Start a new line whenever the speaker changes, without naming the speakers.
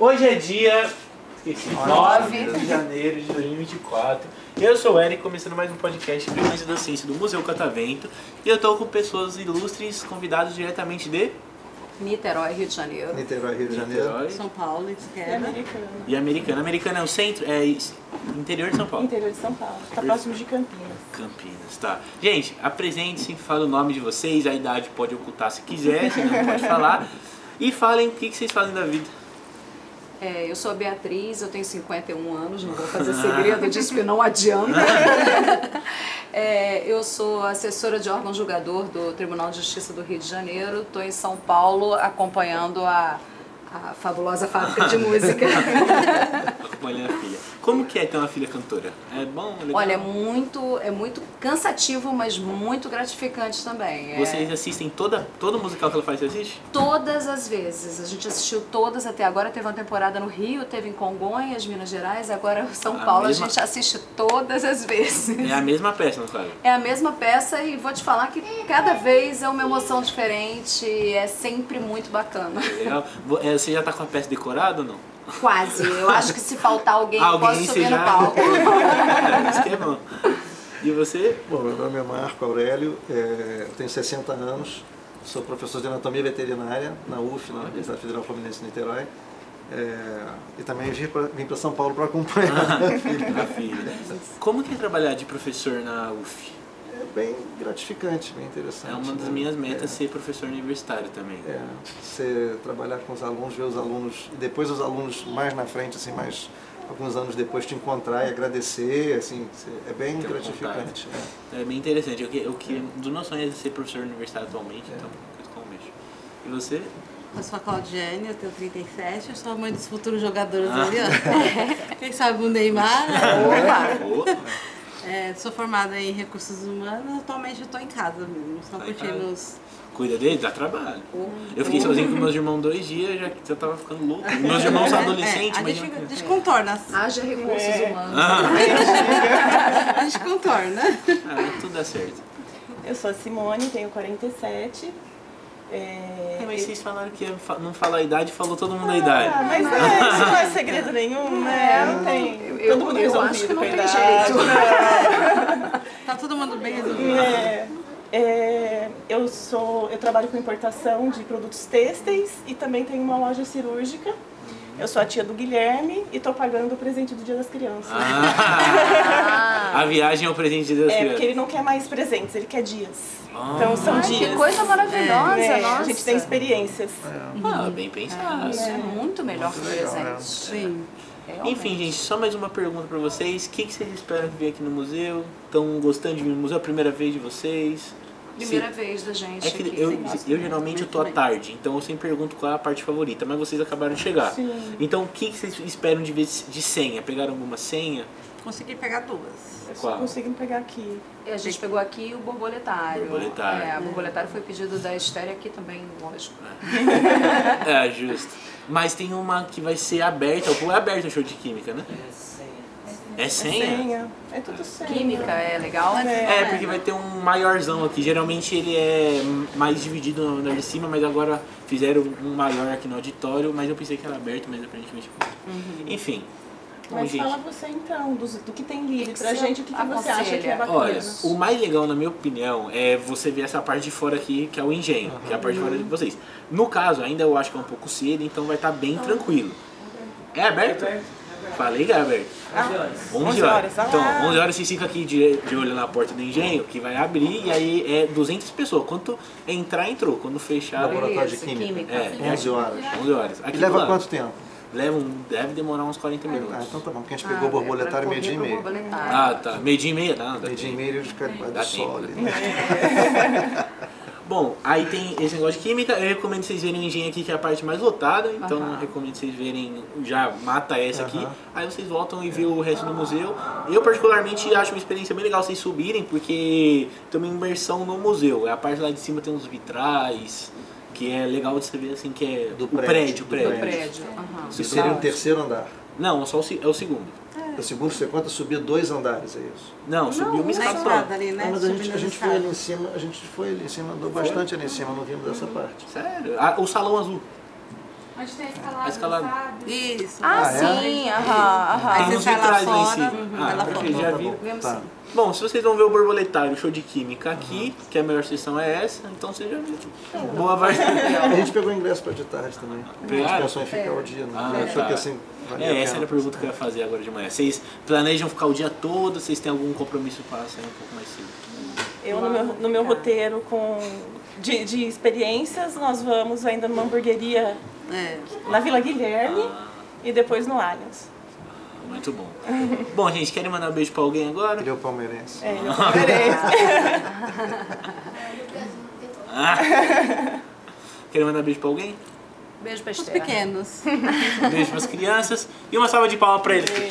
Hoje é dia esqueci,
Nove.
9 de janeiro de 2024. Eu sou o Eric, começando mais um podcast Frequência da Ciência do Museu Catavento. E eu tô com pessoas ilustres, convidados diretamente de
Niterói, Rio de Janeiro.
Niterói, Rio de Janeiro.
Niterói
São Paulo,
É
Esquerda.
e Americana. Americana é o centro, é isso, interior de São Paulo.
Interior de São Paulo. Tá próximo de Campinas.
Campinas, tá. Gente, apresente-se, fala o nome de vocês, a idade pode ocultar se quiser, se não pode falar. E falem o que que vocês fazem da vida.
É, eu sou a Beatriz, eu tenho 51 anos, não vou fazer segredo disso, que não adianta. É, eu sou assessora de órgão julgador do Tribunal de Justiça do Rio de Janeiro. Estou em São Paulo acompanhando a, a fabulosa fábrica de música.
Acompanhando a filha. Como que é ter uma filha cantora? É bom? legal?
Olha, é muito, é muito cansativo, mas muito gratificante também. É-
Vocês assistem toda, todo musical que ela faz, você assiste?
Todas as vezes. A gente assistiu todas até agora. Teve uma temporada no Rio, teve em Congonhas, Minas Gerais, agora São
A
Paulo.
mesma-
A gente assiste todas as vezes.
É a mesma peça, não sabe?
É a mesma peça e vou te falar que cada vez é uma emoção diferente. É sempre muito bacana.
Legal. Vo- é, Você já tá com a peça decorada ou não? Ah,
Quase. Eu acho que se faltar alguém, eu
Alguém
posso
você
subir
já...
no palco.
É, Isso que é bom. E você?
Bom, meu nome é Marco Aurélio, é, eu tenho 60 anos, sou professor de anatomia veterinária na UF, na Universidade Federal Fluminense de Niterói. é, e também vim pra- vim para São Paulo para acompanhar a filha.
A filha. Como que é trabalhar de professor na UF?
É bem gratificante, bem interessante.
É uma das
né?
minhas metas ser professor universitário também.
É, você trabalhar com os alunos, ver os alunos, e depois os alunos mais na frente, assim, mais alguns anos depois te encontrar e agradecer, assim, você- é bem
Ter um
gratificante. é.
É bem interessante. Eu, que- eu, que- um dos meus sonhos é ser professor universitário atualmente, então eu tô com um beijo. E você?
Eu sou a Claudiane, eu tenho 37, eu sou a mãe dos futuros jogadores
Ah.
ali, ó. Quem sabe o Neymar, né?
Oh,
É, sou formada em recursos humanos, atualmente eu tô em casa mesmo, só
Tá em
curtindo os...
cuida dele, dá trabalho.
Uhum.
Eu fiquei sozinho com meus irmãos dois dias, já, já tava ficando louco. Meus irmãos são
É,
adolescentes,
é, a,
mas.
gente, a gente contorna, assim,
Haja recursos
É.
humanos.
a gente contorna.
Ah, tudo dá certo.
Eu sou a Simone, tenho 47. É...
É, mas vocês falaram que ia fa- não falar a idade, falou todo mundo a
Ah,
idade.
mas é, isso não é segredo nenhum, né? Não tem.
Eu- É, eu-
Todo mundo
eu
resolvido
acho que não
com a
tem
idade,
jeito.
Tá todo mundo bem resolvido.
Uhum.
né? É, eu sou, eu trabalho com importação de produtos têxteis e também tenho uma loja cirúrgica. Eu sou a tia do Guilherme e tô pagando o presente do Dia das Crianças.
Ah, a viagem é o presente de Deus.
É, porque ele não quer mais presentes, ele quer dias.
Ah.
Então são
Ai,
dias.
que coisa maravilhosa,
né?
nossa.
A gente tem experiências.
Ah, bem pensado.
Isso é muito melhor que
legal, né?
presente. É
Sim.
é.
Enfim, gente, só mais uma pergunta pra vocês. O que, que vocês esperam ver aqui no museu? Estão gostando de vir no museu? É a primeira vez de vocês?
Primeira
Se-
vez da gente
É que
aqui.
eu, eu geralmente eu tô à tarde, então eu sempre pergunto qual é a parte favorita, mas vocês acabaram de chegar.
Sim.
Então o que, que vocês esperam de, ver de senha? Pegaram alguma senha?
Consegui pegar duas.
Eu
É Qual?
só consigo pegar aqui.
E A gente pegou aqui o borboletário.
Borboletário.
É, o borboletário foi pedido da Estéria aqui também, lógico.
É, justo. Mas tem uma que vai ser aberta, ou é aberta o show de química, né? É senha. É senha?
Senha. É tudo senha.
Química é legal.
É.
É, porque vai ter um maiorzão aqui. Geralmente ele é mais dividido no andar de cima, mas agora fizeram um maior aqui no auditório, mas eu pensei que era aberto, mas aparentemente não. Enfim. Bom,
Mas
gente.
fala você então, dos- do, que tem livre
que
pra
você
gente, o que, que você acha que
aconselha?
é bacana.
Olha, o mais legal, na minha opinião, é você ver essa parte de fora aqui, que é o engenho, que é a parte de fora de vocês. No caso, ainda eu acho que é um pouco cedo, então vai estar bem tranquilo. É aberto? Falei que é aberto. 11
11
horas.
horas, ah
Então,
lá.
11 horas vocês ficam aqui de, de olho na porta do engenho, que vai abrir, e aí é 200 pessoas. Quanto entrar, entrou. Quando fechar,
Laboratório de
Beleza,
química.
química.
É.
11 né? horas.
11 horas. Aqui
E
do
leva
lado.
quanto tempo?
Leva um- deve demorar uns 40 minutos.
Ah, então tá bom, porque a gente
Ah,
pegou o
é,
borboletário
pra
meio dia e
correr pro
meio.
borboletário.
Ah, tá. Meio dia e meia? Não, dá
Meio dia e
tempo.
É.
meio e os caras
Dá
do sol
tempo.
ali. né?
Bom, aí tem esse negócio de química. Eu recomendo vocês verem o engenho aqui, que é a parte mais lotada. Então,
Aham.
recomendo vocês verem. Já mata essa aqui.
Aham.
Aí vocês voltam e vê o resto do museu. Eu, particularmente, acho uma experiência bem legal vocês subirem, porque tem uma imersão no museu. A parte lá de cima tem uns vitrais, que é legal de você ver assim, que é.
Do
o
prédio,
prédio, o prédio.
do
do prédio. aham.
Isso seria o
Tá.
terceiro andar.
Não, só o, se- é o segundo.
O segundo você conta subir dois andares, é isso.
Não, é subiu uma
na
escada.
estrada ali, né?
Ah, mas a gente,
Subindo
a
as
gente foi ali
escadas.
em cima, a gente foi ali em cima, andou bastante ali em cima, não vimos essa parte.
Sério? Ah, o salão azul.
Onde tem
A
escalada,
escalada.
sabe?
Isso.
Ah, é?
Ah, sim, aham,
Aí
aham.
Tem
você
uns
sai lá
vitrais lá em
fora,
cima.
uhum,
Ah,
vai lá
perfeito,
fora.
já
tá
vi.
bom.
Vemos
Tá.
sim.
Bom, se vocês vão ver o borboletário, o show de química aqui, que a melhor sessão é essa, então você já viu. Boa vai.
A gente pegou ingresso para de tarde também. A gente
Pegaram?
pensou em
É.
ficar o dia, não
Ah,
achou
tá.
que assim valia a
É, essa
pena.
era a pergunta que eu ia fazer agora de manhã. Vocês planejam ficar o dia todo? Vocês têm algum compromisso para sair um pouco mais cedo?
Eu, no meu, no meu
Ah.
roteiro com, de, de experiências, nós vamos ainda numa hamburgueria
É.
na Vila Guilherme
Ah.
e depois no Allianz.
Muito bom. Bom, gente, querem mandar um beijo para alguém agora?
Ele é o palmeirense.
É, eu adorei.
Ah. Querem mandar beijo para alguém?
Beijo pra
Os
Estela.
pequenos.
Um beijo para as crianças e uma salva de palmas para eles.